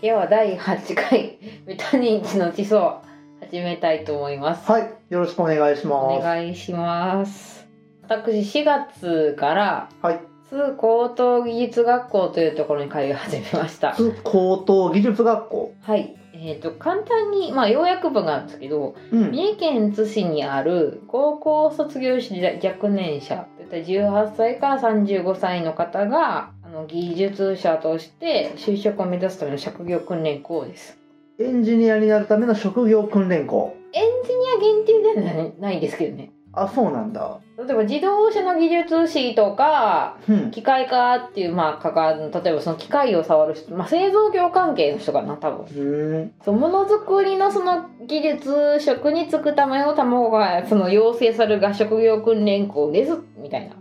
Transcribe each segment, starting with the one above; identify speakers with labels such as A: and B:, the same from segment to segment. A: 今日は第8回 メタ認知の基礎を始めたいと思います。
B: はい、よろしくお願いし
A: お
B: ます。
A: 願いします。私4月から
B: はい、
A: 通高等技術学校というところに通い始めました。
B: 津高等技術学校。
A: はい。えっ、と簡単にまあ要約文があるんですけど、
B: うん、
A: 三重県津市にある高校卒業し若年者だいたい18歳から35歳の方があの技術者として就職を目指すための職業訓練校です
B: エンジニアになるための職業訓練校。
A: エンジニア限定ではないないですけどね
B: あ、そうなんだ。
A: 例えば自動車の技術士とか
B: うん、
A: 機械科っていうまあ科が例えばその機械を触る人、まあ、製造業関係の人かな多分
B: うん、
A: そうものづくりのその技術職に就くための卵がその養成される合職業訓練校ですみたいな。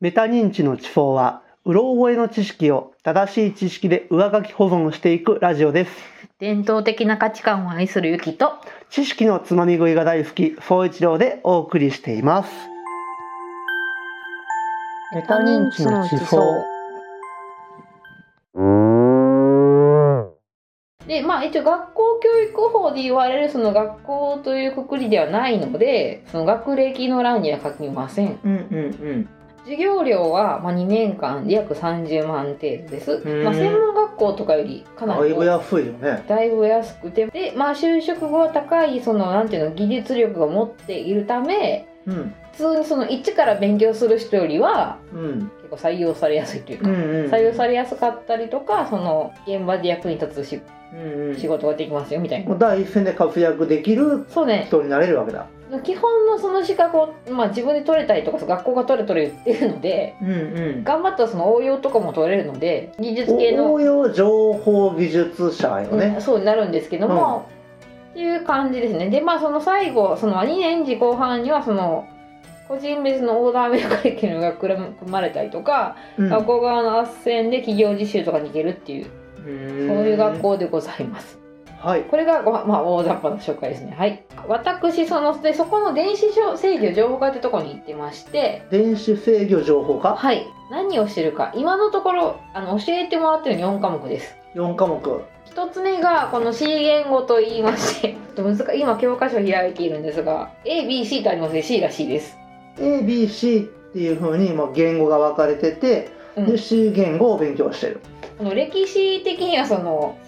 B: メタ認知の地方は、うろ覚えの知識を正しい知識で上書き保存していくラジオです。
A: 伝統的な価値観を愛するユキと
B: 知識のつまみ食いが大好き、総一郎でお送りしています。メタ認知の地方。
A: でまあ一応学校教育法で言われるその学校というくくりではないのでその学歴の欄には書きません
B: うん、うん、
A: 授業料はまあ2年間で約30万程度です、
B: うん
A: まあ、専門学校とかよりか
B: うん。
A: な
B: だい
A: り
B: ぶ安いよね。
A: だいぶ安くてでまあ就職後は高いそのなんていうの技術力を持っているため
B: うん、
A: 普通にその一から勉強する人よりは
B: うん、
A: 結構採用されやすいという
B: う
A: か、
B: ん、うん。
A: 採用されやすかったりとかその現場で役に立つし
B: うん、うん。
A: 仕事ができますよみたいな、
B: もう第一線で活躍できる
A: そうね
B: 人になれるわけだ。
A: 基本のその資格を、まあ、自分で取れたりとか学校が取れ取れ言ってるので
B: うんうん。
A: 頑張ったらその応用とかも取れるので技術系の
B: 応用情報技術者よ
A: うん
B: ね。
A: そうになるんですけども、っていう感じですねでまあその最後その2年次後半にはその個人別のオーダーメイドカリキュラムが組まれたりとか、
B: うん
A: 学校側の斡旋で企業実習とかに行けるっていうそういう学。校でございます
B: はい。
A: これがご、まあ、大雑把な紹介ですねはい私そのでそこの電子制御情報化ってとこに行ってまして
B: 電子制御情報科
A: はい何をしてるか今のところあの教えてもらってる4科目です
B: 四科目。
A: 一つ目がこの C 言語と言いましてちょっと難今教科書を開いているんですが ABC とありますね C らしいです、
B: A B C っていう風にもう言語が分かれてて、
A: うん
B: で C 言語を勉強してる。
A: この歴史的にはその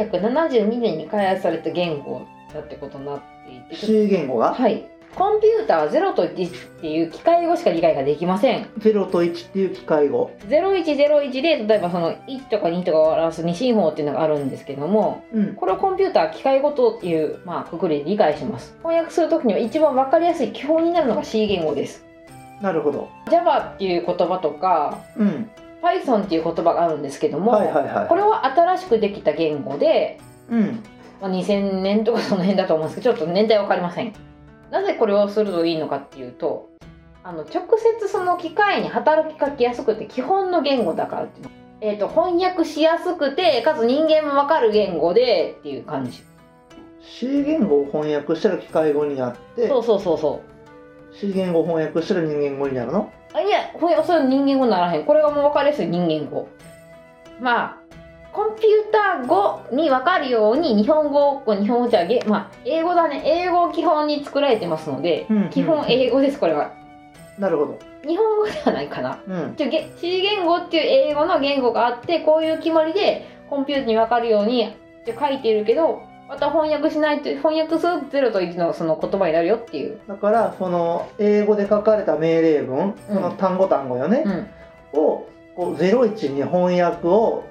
A: 1972年に開発された言語だってことになっていて
B: C 言語が
A: はいコンピューターは0と1っていう機械語しか理解ができません
B: 0と1っていう機械語。
A: 0101で例えばその1とか2とかを表す二進法っていうのがあるんですけども
B: うん。
A: これをコンピューターは機械語というまあくくりで理解します翻訳するときには一番わかりやすい基本になるのが C 言語です
B: なるほど。
A: Java っていう言葉とか
B: うん。
A: Python っていう言葉があるんですけども、
B: はいはいはい。
A: これは新しくできた言語で、
B: うん。
A: まあ、2000年とかその辺だと思うんですけどちょっと年代わかりませんなぜこれをするといいのかっていうとあの直接その機械に働きかけやすくて基本の言語だからっていうの、えー、と翻訳しやすくてかつ人間もわかる言語でっていう感じ
B: C 言語を翻訳したら機械語になって
A: そ、うそうそうそう
B: C 言語を翻訳したら人間語になるの
A: あいやこれそれ人間語ならへんこれがもう分かりやすい人間語まあコンピューター語に分かるように日本語を日本語じゃげ、まあ、英語だね英語を基本に作られてますので、
B: うんうん
A: 基本英語ですこれは
B: なるほど。
A: 日本語ではないかな
B: うん。
A: ちょげ C 言語っていう英語の言語があってこういう決まりでコンピューターに分かるようにって書いてるけどまた翻訳しないと翻訳すると0と1のその言葉になるよっていう、
B: だからその英語で書かれた命令文、その単語単語よね
A: う、ん、
B: をこう01に翻訳を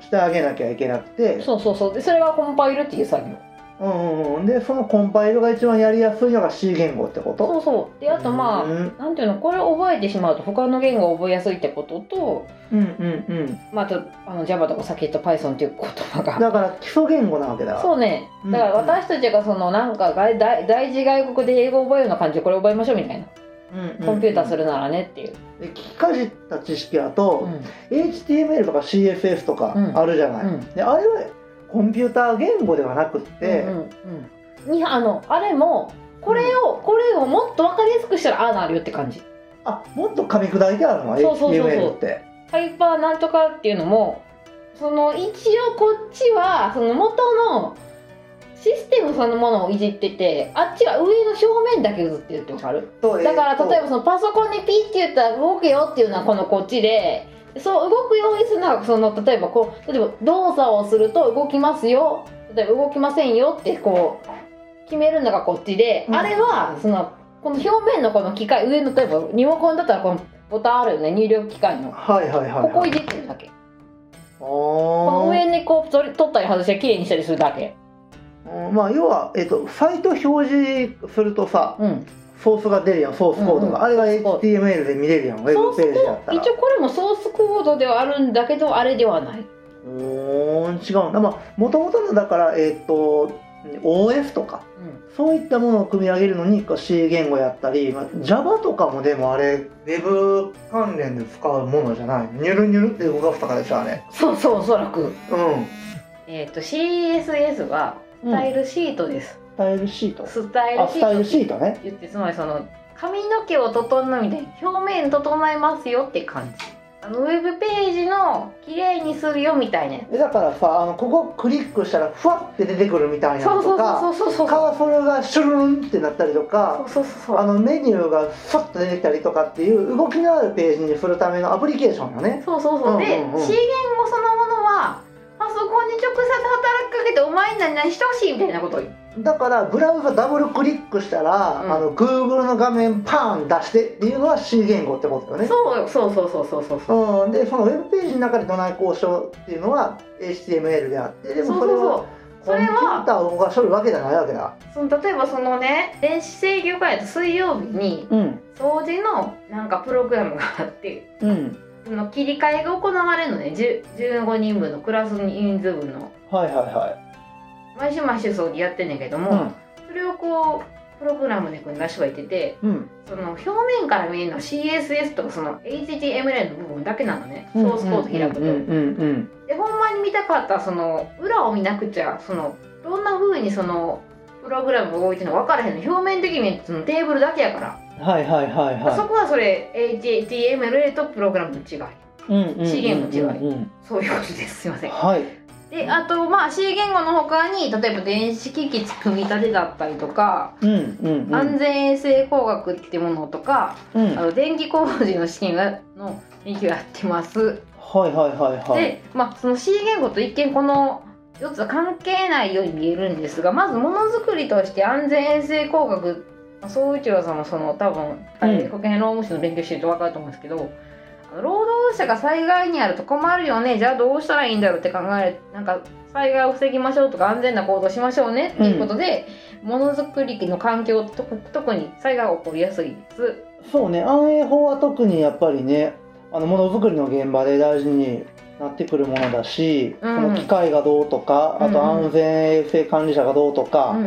B: してあげなきゃいけなくて
A: そうそうそうでそれがコンパイルっていう作業
B: うんうんうんでそのコンパイルが一番やりやすいのが C 言語ってこと
A: そうそうであとまあ、
B: うん
A: なんていうのこれを覚えてしまうと他の言語を覚えやすいってことと、
B: うんうんうん
A: まあ、あとあの Java とかさっき言った Python っていう言葉が。
B: だから基礎言語なわけだ
A: そうね、だから私たちがそのなんか外大第一外国で英語を覚えるような感じでこれ覚えましょうみたいな、
B: うんうんうん
A: コンピューターするならねっていう、
B: で聞きかじった知識だ
A: う
B: と、
A: ん
B: HTML とか CSS とか
A: うん
B: あるじゃない、
A: うん
B: であれはコンピューター言語ではなくって、
A: うんうんうんにあのあれもこれを、これをもっと分かりやすくしたらああなるよって感じ
B: あもっと噛み砕いてあるの
A: そうそうそうそう
B: HTML って
A: ハイパーなんとかっていうのもその一応こっちはその元のシステムそのものをいじっててあっちは上の正面だけ映ってるってわかる
B: そう
A: だから例え
B: ば
A: ばそのパソコンでピッて言ったら動くよっていうのはこのこっちでそう動くようにするのはその例えばこう例えば動作をすると動きますよ例えば動きませんよってこう決めるのがこっちで、
B: うん
A: あれはそのこの表面のこの機械上の例えばリモコンだったらこのボタンあるよね入力機械の
B: はいはいはいはい
A: ここいじってるだけこの
B: こ
A: 上にこう取り取ったり外したり綺麗にしたりするだけ
B: まあ要は、えっとサイト表示するとさ
A: うん
B: ソースが出るやんソースコードが、あれが
A: ソースコード
B: HTML で見れるやんウェ
A: ソー
B: ブ
A: ス
B: ページだったら
A: 一応これもソースコードではあるんだけどあれではないう
B: ーん違うんだまあもともとのだからえっ、と OS とか
A: うん
B: そういったものを組み上げるのにこう C 言語やったり、まあ、Java とかもでもあれ Web 関連で使うものじゃないニュルニュルって動かすとかでしょあれ
A: そうそうおそらく
B: うん
A: えっ、と CSS はスタイルシートです、
B: スタイルシート
A: スタイ
B: あ
A: ル
B: ス
A: シ
B: タイル
A: ート
B: シートね
A: って言ってつまりその髪の毛を整えみたいに表面整えますよって感じあのウェブページの綺麗にするよみたいなや
B: でだからさあのここクリックしたらふわって出てくるみたい
A: つ
B: な
A: そ
B: の
A: うそ
B: と
A: うそ
B: か
A: うそうそう
B: カ
A: そう
B: ーソルがシュルルンってなったりとか
A: そうそうそう
B: あのメニューがスッと出てきたりとかっていう動きのあるページにするためのアプリケーションよね
A: そうそうそう、で、
B: うんうんうん
A: C 言語そのものはパソコンに直接働きかけてお前に何々してほしいみたいなことを言う
B: だからブラウザダブルクリックしたら、
A: うん
B: あの Google の画面パーン出してっていうのは C 言語ってことよね
A: そうよそうそうそうそうそうそう
B: うん、でそのウェブページの中でどない交渉っていうのは HTML であってで
A: そ
B: も
A: う
B: それは
A: そう
B: コ
A: そ
B: ン
A: れ
B: ピ
A: は
B: ューターを動かしとるわけじゃないわけだ
A: そうその例えばそのね電子制御会と水曜日に
B: うん
A: 掃除のなんかプログラムがあって
B: うん
A: その切り替えが行われるのね10 15人分のクラス人数分の
B: はいはいは
A: 毎週毎週掃除やってんねんけども、それをこうプログラムでこう出しはいてて
B: うんうん
A: その表面から見えるのは CSS とかその HTML の部分だけなのねソースコード開くと。
B: うんうん
A: でほんまに見たかったその裏を見なくちゃそのどんな風にそのプログラムが動いてるのか分からへんの表面的に見えてそのテーブルだけやから、
B: うんはいはいはい
A: そこはそれ HTML とプログラムの違い
B: いうんうんうんうんうん
A: 資源の違い
B: うん
A: そういうことですすいません
B: はい
A: であとまあ C 言語の他に例えば電子機器組み立てだったりとか、
B: うんうんう
A: 安
B: ん
A: 全衛生工学ってものとか、
B: うん
A: あ
B: はい
A: の電気工事の資金の勉強やってます
B: はいはいはい
A: で、まあ、その C 言語と一見この4つは関係ないように見えるんですがまずものづくりとして安全衛生工学まあ総一郎さんもその多分大学保険労務士の勉強してると分かると思うんですけど、あの労働者が災害にあると困るよねじゃあどうしたらいいんだろうって考えるなんか災害を防ぎましょうとか安全な行動しましょうねっていうことで、ものづくりの環境と特に災害が起こりやすいです。
B: そうね安永法は特にやっぱりねあのものづくりの現場で大事になってくるものだし、
A: うん
B: その機械がどうとかあと
A: うんうん
B: 安全衛生管理者がどうと
A: うん
B: か、
A: うんう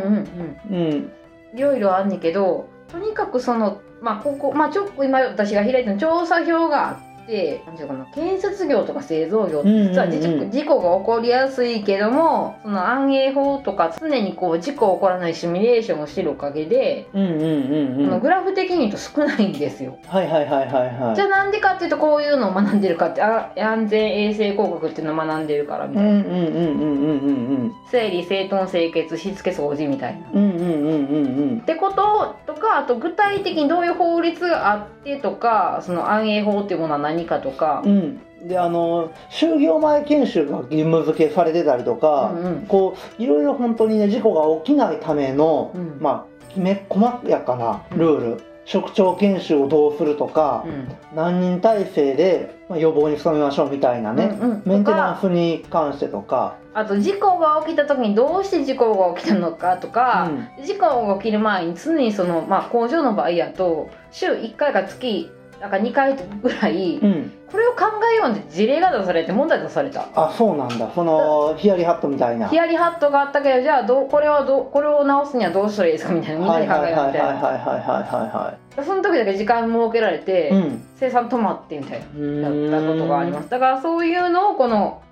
A: ん
B: うん
A: いろいろあんねんけどとにかくそのまあここまあちょっと今私が開いたの調査票があってなんていうかな建設業とか製造業って実は
B: うんうんうん
A: 事故事故が起こりやすいけどもその安永法とか常にこう事故起こらないシミュレーションをしてるおかげで、
B: うんうんう
A: あ
B: んうん
A: のグラフ的に言うと少ないんですよ。
B: はいはいはいはいは
A: じゃあ
B: い
A: なんでかっていうとこういうのを学んでるかってあ安全衛生工学っていうのを学んでるからみ
B: う
A: たい
B: ん
A: な、
B: うんうんうんうんうんうん
A: 整理整頓清潔しつけ掃除みたいな。
B: うんうんうんうんうん
A: ってこととかあと具体的にどういう法律があってとかその安永法っていうものは何かとか、
B: うんであの就業前研修が義務付けされてたりと
A: う
B: か、
A: んうん
B: こういろいろ本当にね事故が起きないための、
A: うん
B: まあきめ細やかなルール、職長研修をどうするとか
A: う、ん
B: 何人体制でまあ予防に努めましょうみたいなね、
A: うんうん
B: メンテ
A: と
B: ナン
A: か
B: スに関してとか、
A: あと事故が起きた時にどうして事故が起きたのかと
B: う
A: か、
B: ん
A: 事故が起きる前に常にその、まあ、工場の場合やと週1回か月なんか2回ぐらい、
B: うん
A: これを考えようって事例が出されて問題出された。
B: あそうなんだそのヒヤリハットみたいな。
A: ヒヤリハットがあったけどじゃあどうこれはどうこれを直すにはどうしたらいいですかみたいなみんな
B: は
A: で
B: い
A: 考
B: はいはい
A: えよう
B: はい
A: み
B: はい
A: たいな
B: は
A: その時だけ時間設けられて、
B: いはいはい。うん
A: 生産止まってみたいなや
B: う
A: っ
B: ーん
A: たことがありますだからそういうのをこの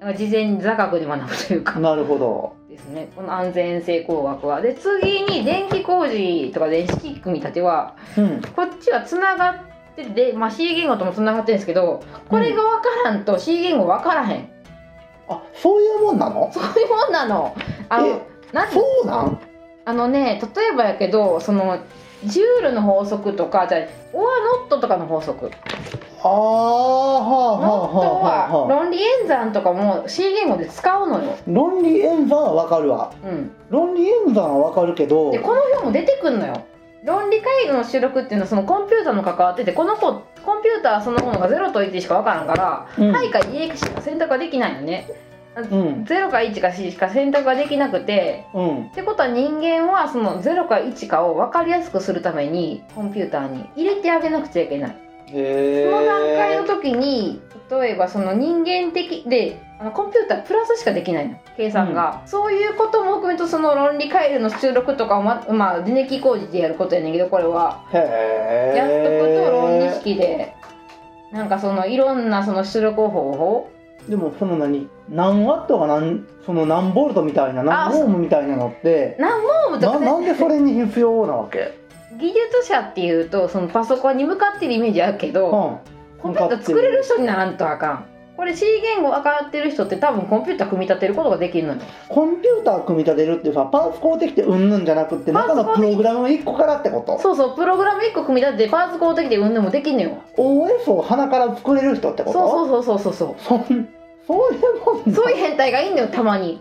A: なんか事前に座学で学ぶというか
B: なるほど。
A: ですねこの安全性工学はで次に電気工事とか電子機組み立ては
B: うん
A: こっちはつながってて、まあ、C 言語ともつながってるんですけどこれが分からんと C 言語分からへん、
B: あそういうもんなの
A: そういうもんなのあのなんて
B: そうなん
A: あのね例えばやけどそのジュールの法則とかじゃあオアノットとかの法則
B: あーはあ
A: ノッ
B: はあ
A: ト
B: はあ
A: は
B: はあ
A: 論理演算とかも C 言語で使うのよ、
B: 論理演算はわかるわ
A: うん、
B: 論理演算はわかるけど
A: でこの表も出てくんのよ論理会議の収録っていうのはそのコンピューターも関わっててこの子コンピューターそのものが0と1しか分からんから、
B: うん
A: はいか EX しか選択ができないのね
B: うん
A: 0か1か C しか選択ができなくて
B: うん
A: ってことは人間はその0か1かを分かりやすくするためにコンピューターに入れてあげなくちゃいけない
B: へ
A: その
B: え
A: 段階の時に例えばその人間的であのコンピュータープラスしかできないの計算が、そういうことも含めとその論理回路の収録とかをままあ電気工事でやることやねんけどこれは
B: へえ
A: やっとくと論理式でなんかそのいろんなその出力方法
B: でもその何何ワットが何その何ボルトみたいな何オームみたいなのって
A: 何モームと
B: な
A: かね
B: なんでそれに必要なわけ、
A: 技術者っていうとそのパソコンに向かってるイメージあるけ
B: う
A: ど、
B: ん、
A: コンピューター作れる人にならんとあかんこれ C 言語分かってる人って多分コンピューター組み立てることができるのに
B: コンピューター組み立てるってさパーツこうできてうんぬんじゃなくって
A: パーツ
B: 中のプログラム1個からってこと
A: そうそうプログラム1個組み立ててパーツ買うてきて運でもできんのよ
B: OS を鼻から作れる人ってこ
A: そう
B: と
A: そうそうそうそう
B: そんそういうもん
A: そう
B: な
A: そういう変態がいいんだよたまに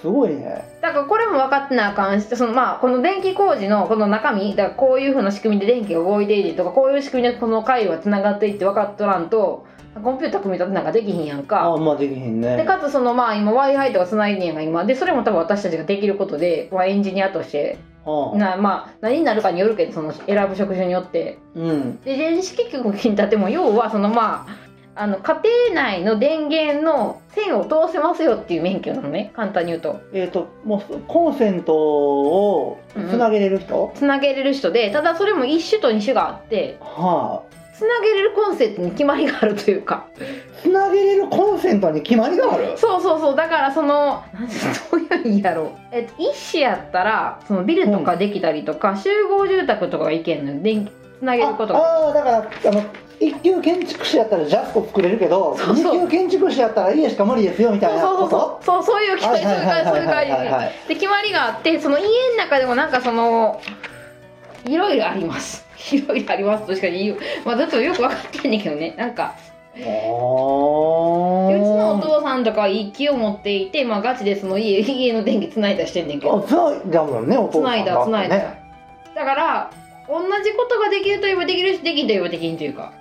B: すごいね
A: だからこれも分かってなあかんしそのまあこの電気工事のこの中身だからこういうふうな仕組みで電気が動いているとかこういう仕組みでこの回はつながっていって分かっとらんとコンピューター組み立てなんかできひんやん
B: あ
A: か
B: んまできへん
A: で
B: ね
A: かつそのまあ今 w i f i とかつないでんやんか今でそれも多分私たちができることで、まあ、エンジニアとして
B: はあ
A: なまあ何になるかによるけどその選ぶ職種によって
B: うん
A: で電子機器の金立ても要はそのまああの家庭内の電源の線を通せますよっていう免許なのね簡単に言うと
B: えっ、ともうコンセントをつなげれる人、
A: つなげれる人でただそれも1種と2種があって
B: はあ
A: つなげれるコンセントに決まりがあるというか
B: つなげれるコンセントに決まりがある
A: そうそうそうだからそのなんてどういうんやろう、えっと、1種やったらそのビルとかできたりとか、集合住宅とかがいけんのよ電気つなげることが
B: ああーだからあの一級建築士やったらジャスコ作れるけど
A: そうそう
B: 二級建築士やったら家しか無理ですよみたいな
A: そ
B: こ
A: うそ
B: と
A: うそうそうそういう機
B: は
A: 会
B: い
A: そう
B: はいいうは
A: 会
B: いは
A: そうい
B: いうは
A: 会
B: いはいはい
A: で決まりがあってその家の中でもなんかそのいろいろあります いろいろありますとしか言うまあだとよく分かってんねんけどねなんかう
B: お
A: ち
B: ー
A: のお父さんとか一気を持っていてまあガチでその家 家の電気つないだしてんねんけど
B: あつないだもんねお
A: つ
B: 父さん
A: ないだつないだ
B: ね
A: だから同じことができるといえばできるしできんといえばできんというか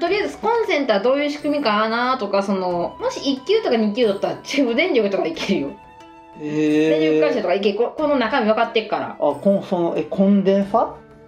A: とりあえずコンセントはどういう仕組みかなとかそのもし1級とか2級だったら中部電力とかいけるよ電力会社
B: え
A: とかいけここの中身分かってっから
B: あコンそのえコンデンサ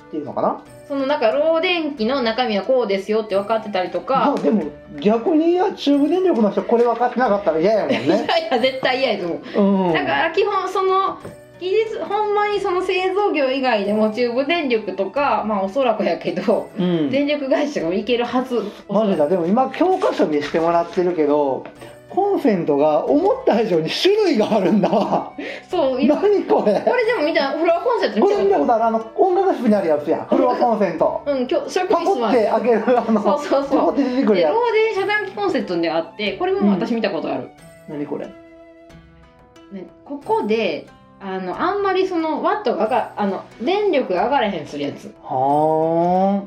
B: っていうのかな
A: そのなんか漏電機の中身はこうですよって分かってたりと
B: ま
A: か
B: あ、でも逆にいや中部電力の人これ分かってなかったら嫌やもん
A: いや
B: ね、
A: いや絶対嫌や と思う、
B: うん、
A: だから基本その技術ほんまにその製造業以外でも中部電力とかまあおそらくやけど、
B: うん
A: 電力会社がいけるはず
B: マジだでも今教科書見してもらってるけどコンセントが思った以上に種類があるんだわ
A: そういろ
B: 何これ
A: これでも見たフロアコンセント
B: こ
A: 見
B: れ
A: た
B: 見
A: こ
B: たことあるあの音楽室にあるやつやんフロアコンセント
A: とうん今日それ
B: 囲
A: こそ
B: って開けるあの
A: そうそうそう
B: 囲って出てくる
A: で
B: や
A: 漏
B: つ
A: 電遮断機コンセントであってこれも私見たことある、
B: 何これ
A: ね、ここであのあんまりそのワットが上があの電力が上がらへんするやつ
B: は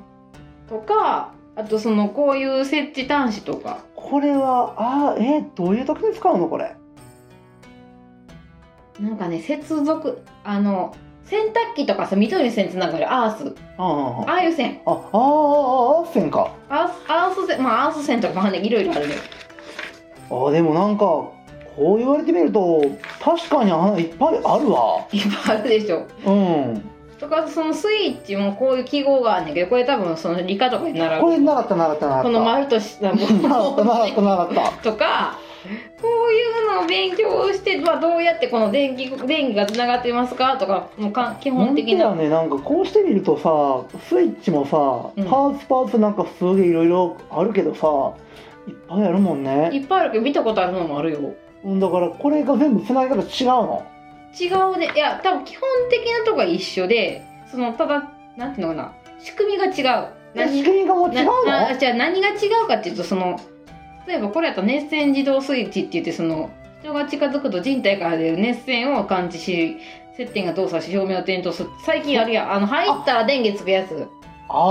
B: あ
A: とかあとそのこういう設置端子とか
B: これはあーえどういう時に使うのこれ
A: なんかね接続あの洗濯機とかさ緑の線つながるアース
B: あああ
A: ああいう線
B: ああああ線か
A: アースアース線まあアース線とかまあねいろいろあるね
B: あでもなんかこう言われてみると確かにあいっぱいあるわ
A: いっぱいあるでしょ
B: うん
A: とかそのスイッチもこういう記号があるんだけどこれ多分その理科とかで習う
B: これ習った習った習った
A: この丸としたも
B: 習った習
A: の
B: った習った
A: とかこういうのを勉強をして、まあ、どうやってこの電気電気がつながってますかとかもうか基本的な
B: 本当やねなんかこうしてみるとさスイッチもさ、
A: うん
B: パーツパーツなんかすげえいろいろあるけどさいっぱいあるもん
A: い
B: ね
A: っぱいあるけど見たことあるのもあるよ
B: うんだからこれが全部繋いだら違うの
A: 違うねいや多分基本的なとこは一緒でそのただなんていうのかな仕組みが違う
B: 仕組みがもう違うの
A: ななじゃあ何が違うかっていうとその例えばこれやったら熱線自動スイッチって言ってその人が近づくと人体から出る熱線を感知し接点が動作し照明を点灯する最近あるやんあの入ったら電源つくやつ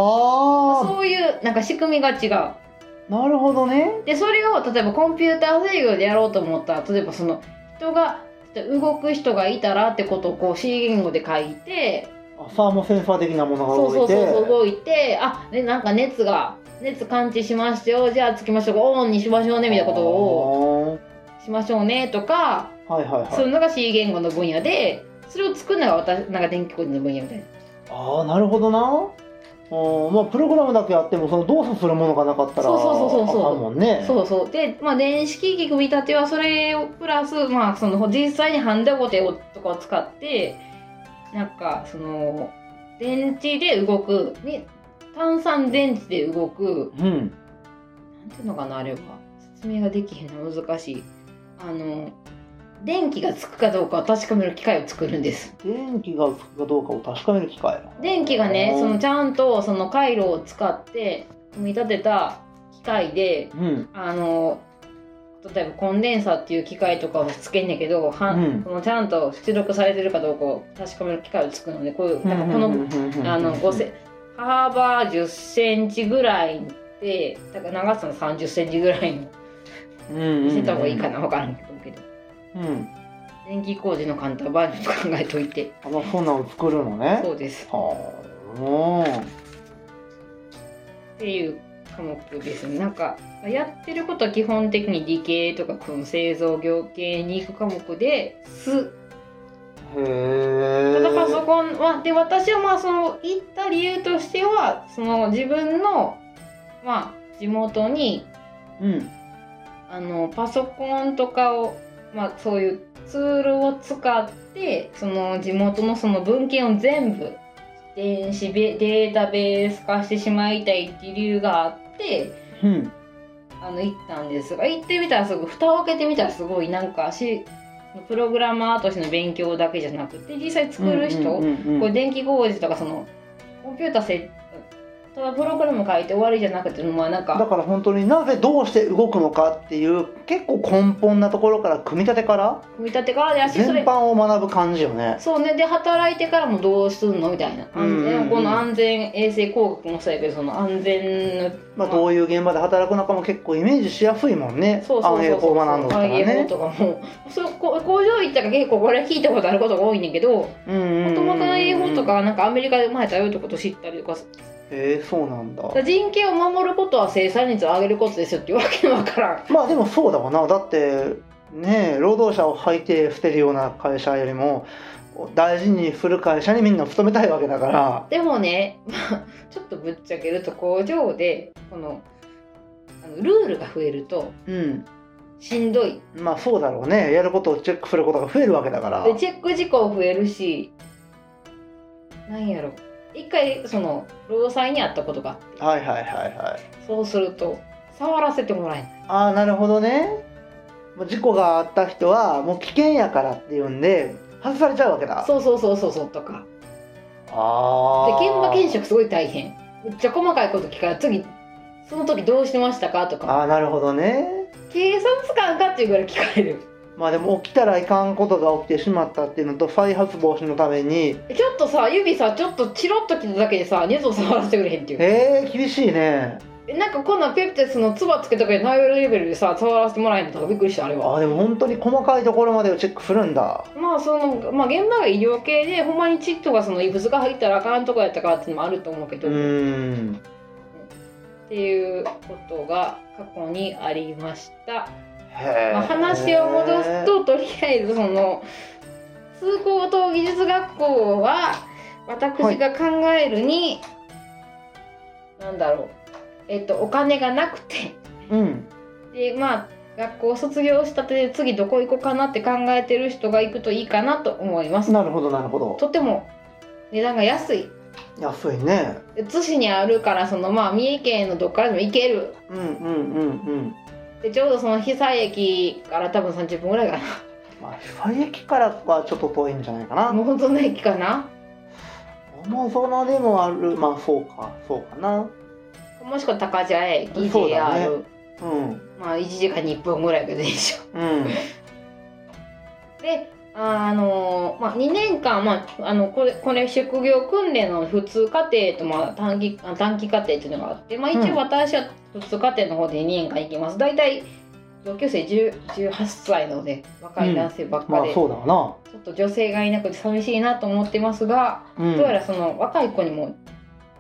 B: あ
A: そういうなんか仕組みが違う
B: あなるほどね
A: でそれを例えばコンピューター制御でやろうと思ったら例えばその人が動く人がいたらってことをこう C 言語で書いて
B: あサーモセンサー的なものが
A: そうそ
B: 動いうて
A: そうそう動いてあでなんか熱が熱感知しましたよじゃあつきましょうオンにしましょうねみたいなことを
B: を
A: しましょうねとか
B: はいはいはい
A: そういうのが C 言語の分野でそれを作るのが私なんか電気工事の分野みたいな
B: ああなるほどなうんまあプログラムだけやってもその動作するものがなかったら
A: そうそうそうそうそう
B: あかんもんね
A: そうそうで、まあ、電子機器組み立てはそれをプラス、まあ、その実際にハンダゴテとかを使ってなんかその電池で動くに炭酸電池で動く
B: うん
A: なんていうのかなあれは説明ができへんの難しいあの電気がつくかどうかを確かめる機械を作るんです
B: 電気がつくかどうかを確かめる機械
A: 電気がね
B: うん
A: そのちゃんとその回路を使って組み立てた機械で
B: うん
A: あの例えばコンデンサーっていう機械とかをつけんねんけど、は
B: うん
A: そのちゃんと出力されてるかどうかを確かめる機械を作るのでこういうなんかこ
B: うんう
A: の
B: んうんうん
A: あの5セ幅1 0ンチぐらいでだから長さの3 0ンチぐらいに
B: うんうんうん
A: してた方がいいかな分からんけど
B: うん
A: 電気工事の簡単バージョンと考えといて
B: あのそんなんを作るのね
A: そうです
B: はあう
A: っていう科目ですねなんかやってることは基本的に理系とかこの製造業系に行く科目です
B: んへ
A: た
B: え
A: だパソコンはで私はまあその行った理由としてはその自分のまあ地元に
B: うん
A: あのパソコンとかをまあそういうツールを使ってその地元のその文献を全部電子ベデータベース化してしまいたいっていう理由があって
B: うん
A: あの行ったんですが行ってみたらすごい蓋を開けてみたらすごいなんかしプログラマーとしての勉強だけじゃなくて実際作る人、
B: うんうんうん
A: これ電気工事とかそのコンピューターせただプログラム書いて終わりじゃなくてまあなん
B: だ
A: か
B: から本当になぜどうして動くのかっていう結構根本なところから組み立てから
A: 組み立てからやしそ
B: 全
A: れ
B: 般を学ぶ感じよね。
A: そうねで働いてからもどうすんのみたいな安全、
B: うんうんうん
A: この安全衛生工学もそうやけどその安全の
B: まあ、どういう現場で働くのかも結構イメージしやすいもんね。
A: そうそうそうそう
B: 暗影法学んどったら
A: 安全
B: ね。
A: 法とかもそうこ工場行ったら結構これ聞いたことあることが多いねんだけどもと
B: 元
A: もとの英語と。かなんかアメリカで生まれたよってことを知ったりとか
B: えー、そうなんだ。
A: 人権を守ることは生産率を上げることですよっていうわけわからん
B: まあでもそうだわな。だってねえ労働者を履いて捨てるような会社よりも大事にする会社にみんな勤めたいわけだから。
A: でもね、まあ、ちょっとぶっちゃけると工場でこのあのルールが増えると
B: うん。
A: しんどい
B: まあそうだろうね。やることをチェックすることが増えるわけだから。
A: でチェック事項増えるしなんやろ一回その労災にあったことがあって
B: はいはいはいはい。
A: そうすると触らせてもらえない
B: ああなるほどねもう事故があった人はもう危険やからっていうんで外されちゃうわけだ
A: そうそうそうそうそうとかで
B: ああ
A: 現場検証すごい大変めっちゃ細かいこと聞かれ次その時どうしてましたかとか
B: ああなるほどね
A: 警察官かっていうぐらい聞かれる
B: まあでも起きたらいかんことが起きてしまったっていうのと再発防止のために
A: ちょっとさ指さちょっとチロッときただけでさ熱を触らせてくれへんっていう
B: えー、厳しいね
A: えなんかこんなんペプテスのつばつけとかでナイロレベルでさ触らせてもらえんのとかびっくりしたあれ
B: あ
A: は
B: あでも本当に細かいところまでをチェックするんだ
A: まあその、まあ、現場が医療系でほんまにチッとかその異物が入ったらあかんとこやったからっていうのもあると思うけ
B: う
A: ど、っ
B: ーん
A: ていうことが過去にありました、
B: へえ、
A: まあ、話を戻すととりあえずその通行等技術学校は私が考えるに、なんだろうえっとお金がなくて
B: うん
A: でまあ学校を卒業したてで次どこ行こうかなって考えてる人が行くといいかなと思います
B: なるほどなるほど
A: とても値段が安い
B: 安いね
A: 津市にあるからそのまあ三重県のどっからでも行ける
B: うんうんうんうん
A: でちょうどその被災駅から多分30分ぐらいか
B: まあ、被災駅からはちょっと遠いんじゃないか
A: な
B: な。
A: もう本当の駅かな
B: もうそのでもある、まあそうか、そうかな。
A: もしくは高茶駅
B: そう
A: JR、
B: だねうん。
A: まあ1時間に1分ぐらいで電車
B: うん。
A: であの、まあ、2年間、まあ、あのこれこれ職業訓練の普通課程と、まあ、短期あ短期課程っていうのがあって、まあ、一
B: うん
A: 応私は普通課程の方で2年間行きます大体同級生10 18歳ので若い男性ばっか
B: ま
A: で、
B: あそうだわ
A: ちょっと女性がいなくて寂しいなと思ってますが、
B: な。うん
A: どうやらその若い子にも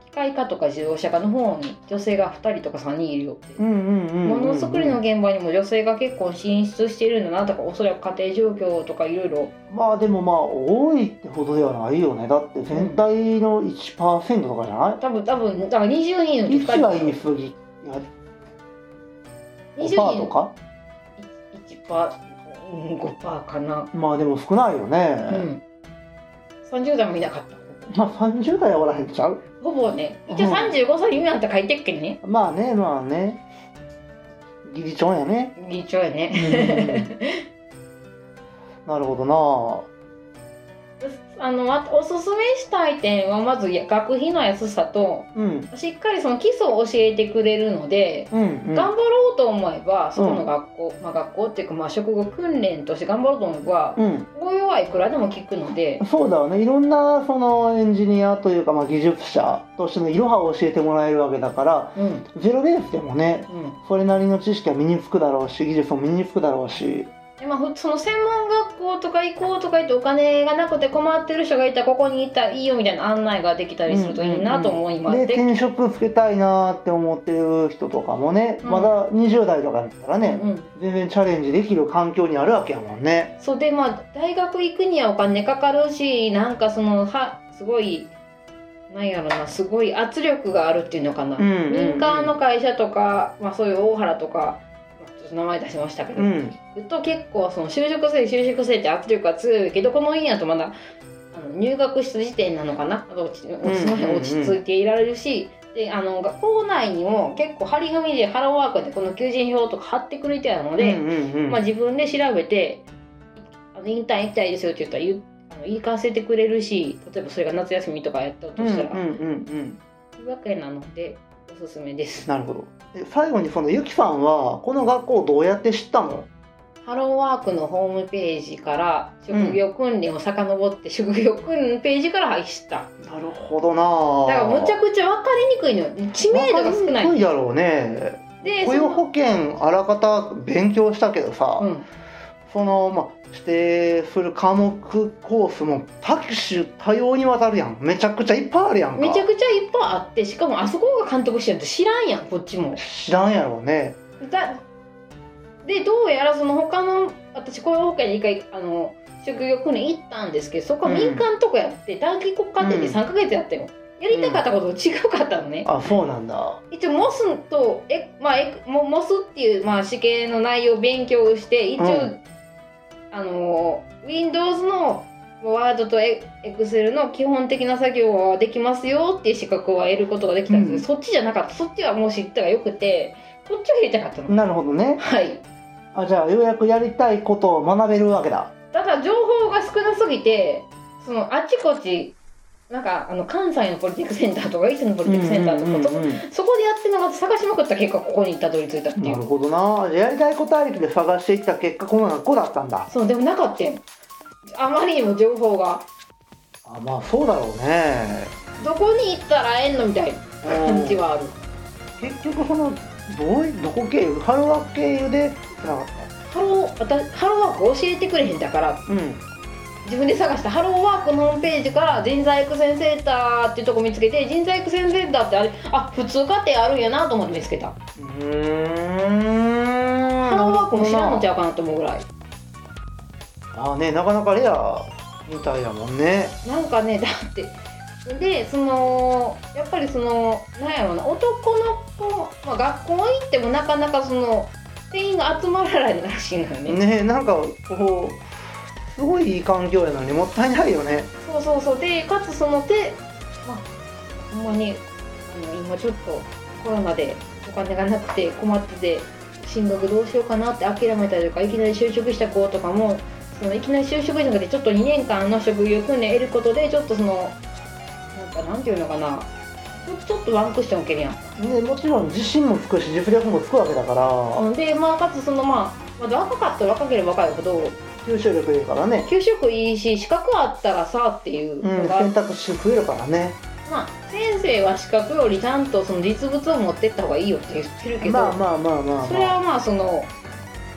A: 機械科とか自動車科の方に女性が2人とか3人いるよって。
B: うんうんうんうん。
A: ものづくりの現場にも女性が結構進出してるんだなとかおそらく家庭状況とかいろいろ
B: まあでもまあ多いってほどではないよね。だって全体の1%とかじゃない
A: 多分多分だから20人の時
B: 一は言い
A: 20
B: 過ぎ。いや、
A: 人
B: 5%とか
A: 1パーうん5パーかな
B: まあでも少ないよね。
A: うん30代もいなかった
B: まあ30代はおらへんちゃう
A: ほぼね一応
B: うん
A: 35歳未満って書いてっけんね
B: まあね、まあね。ギリチョンや ね。
A: 議長や
B: うん
A: ね
B: なるほ
A: あのあとおすすめしたい点はまずや学費の安さと
B: どな。うん。
A: しっかりその基礎を教えてくれるので
B: うん、うん。
A: 頑張ろうと思えばそこの学校、まあ学校っていうかまあ職業訓練として頑張ろうと思えば
B: うん、
A: ご用はいくらでも聞くので
B: そうだよねいろんなそのエンジニアというか、まあ、技術者としてのいろはを教えてもらえるわけだから
A: うんうん
B: ゼロベースでもねそれなりの知識は身につくだろうし技術も身につくだろうし
A: でまあ、ふその専門学校とか行こうとか言ってお金がなくて困ってる人がいたらここにいたらいいよみたいな案内ができたりするといいなと思います。
B: で
A: で
B: 転職つけたいなーって思ってる人とかもね、
A: うん
B: まだ20代とかだったらね、
A: うんうん
B: 全然チャレンジできる環境にあるわけやもんね。
A: そうでまあ大学行くにはお金かかるしなんかそのはすごいなんやろなすごい圧力があるっていうのかな、
B: うんうんうん
A: 民間の会社とか、まあ、そういう大原とか、まあちょっと名前出しましたけど、
B: うん
A: ずっと結構その就職生就職生って圧力が強いけどこの院やとまだあの入学した時点なのかなあと落ちその辺落ち着いていられるし、であの学校内にも結構張り紙でハローワークでこの求人票とか貼ってくれてあるの
B: う
A: で、
B: んうんうん
A: まあ、自分で調べて「あのインターン行きたいですよ」って言ったら言うあの言い返せてくれるし例えばそれが夏休みとかやったとしたら、
B: うんうんうんうん
A: いいわけなのでおすすめです。
B: なるほどで最後にそのゆきさんはこの学校をどうやって知ったの
A: ハローワークのホームページから職業訓練を遡って、職業訓練のページから知った
B: なるほどな
A: だからむちゃくちゃ分かりにくいのよ知名度が少な
B: わかりにく
A: い
B: いだろうね
A: で
B: 雇用保険あらかた勉強したけどさ、
A: うん、
B: そのまあ指定する科目コースも多種多様にわたるやんめちゃくちゃいっぱいあるやんか
A: めちゃくちゃいっぱいあってしかもあそこが監督してるって知らんやんこっちも
B: 知らんやろうね
A: だでどうやらその他の私雇用保険に一回あの職業訓練行ったんですけどそこは民間とかやって、短期国家程で3ヶ月やったよ、やりたかったことと違うかったのね、
B: あそうなんだ
A: 一応モスとえ、まあ、えモモスっていう、まあ、試験の内容を勉強して一応、
B: うん
A: あの Windows のワードとエクセルの基本的な作業はできますよっていう資格は得ることができたんですけど、そっちじゃなかったそっちはもう知ったがよくてこっちを入れたかったの。
B: なるほどね
A: はい
B: あじゃあようやくやりたいことを学べるわけだ
A: ただ情報が少なすぎてそのあちこちなんかあの関西のポリティックセンターとか伊勢のポリティックセンターとか、
B: うんうんうんうん
A: そこでやってなかった探しまくった結果ここにたどり着いたってい
B: な
A: う
B: るほどなじゃあやりたいことありきで探していった結果この学校だったんだ
A: そうでもなかったよあまりにも情報が
B: あまあそうだろうね
A: どこに行ったらええんのみたいな感じはある
B: 結局そのどういどこ経由ハローワーク経由でつながっ
A: ハロー私ハローワーク教えてくれへんだから
B: たうん
A: 自分で探したハローワークのホームページから人材育成センターっていうとこ見つけて人材育成センターってあれあ普通家庭あるんやなと思って見つけた
B: ハ
A: ハローワークも知らんのちゃうかなと思うぐらい
B: ああねなかなかレアみたいだもんね
A: なんかねだってでそのやっぱりそのなんやろうな男の子、まあ、学校行ってもなかなかその店員が集まらないらしいのよね
B: ねなんかこうすごいいい環境やのにもったいないよね
A: そうそうそうでかつその手まあほんまにあの今ちょっとコロナでお金がなくて困ってて進学どうしようかなって諦めたりとかいきなり就職した子とかもそのいきなり就職じゃなくてちょっと2年間の職業訓練得ることでちょっとそのなんかなんていうのかなちょちょっとワンクッション受けるやん
B: ね、もちろん自信もつくし実力もつくわけだから
A: でまあかつそのまあまだ若かったら若ければ若いほど
B: 吸収力いいからね、
A: 給食いいし資格あったらさっていう
B: う
A: の
B: ん、
A: が、
B: 選択肢増えるからね
A: まあ先生は資格よりちゃんとその実物を持ってった方がいいよって言ってるけど、
B: まあまあまあまあ、
A: それ
B: まあ、
A: はまあその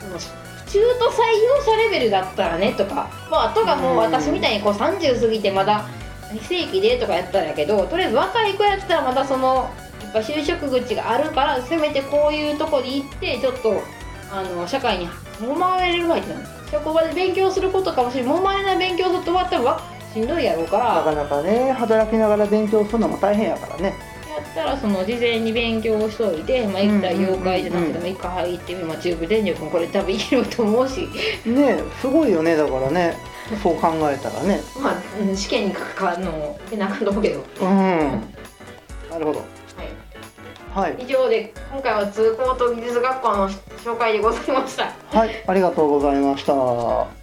A: その中途採用者レベルだったらねとか、まあ、あとがもう私みたいにこう30過ぎてまだ非正規でとかやったんやけどとりあえず若い子やったらまだそのやっぱ就職口があるからせめてこういうとこに行ってちょっとあの社会にもまれるわけじゃない職場で勉強することかもしれないもまれない勉強するとは多分わしんどいやろうから
B: なかなかね働きながら勉強するのも大変やからね
A: やったらその事前に勉強をしといて、まあ、一回妖怪じゃなくても一回入ってみ、まあ、中部電力もこれ多分いけると思うし、
B: ねすごいよねだからねそう考えたらね
C: まあうん試験に関わるのもいけなあかんと思うけど、は
B: うんなるほどはい
C: い、以上で今回は通行と技術学校の紹介でございました
B: はいありがとうございました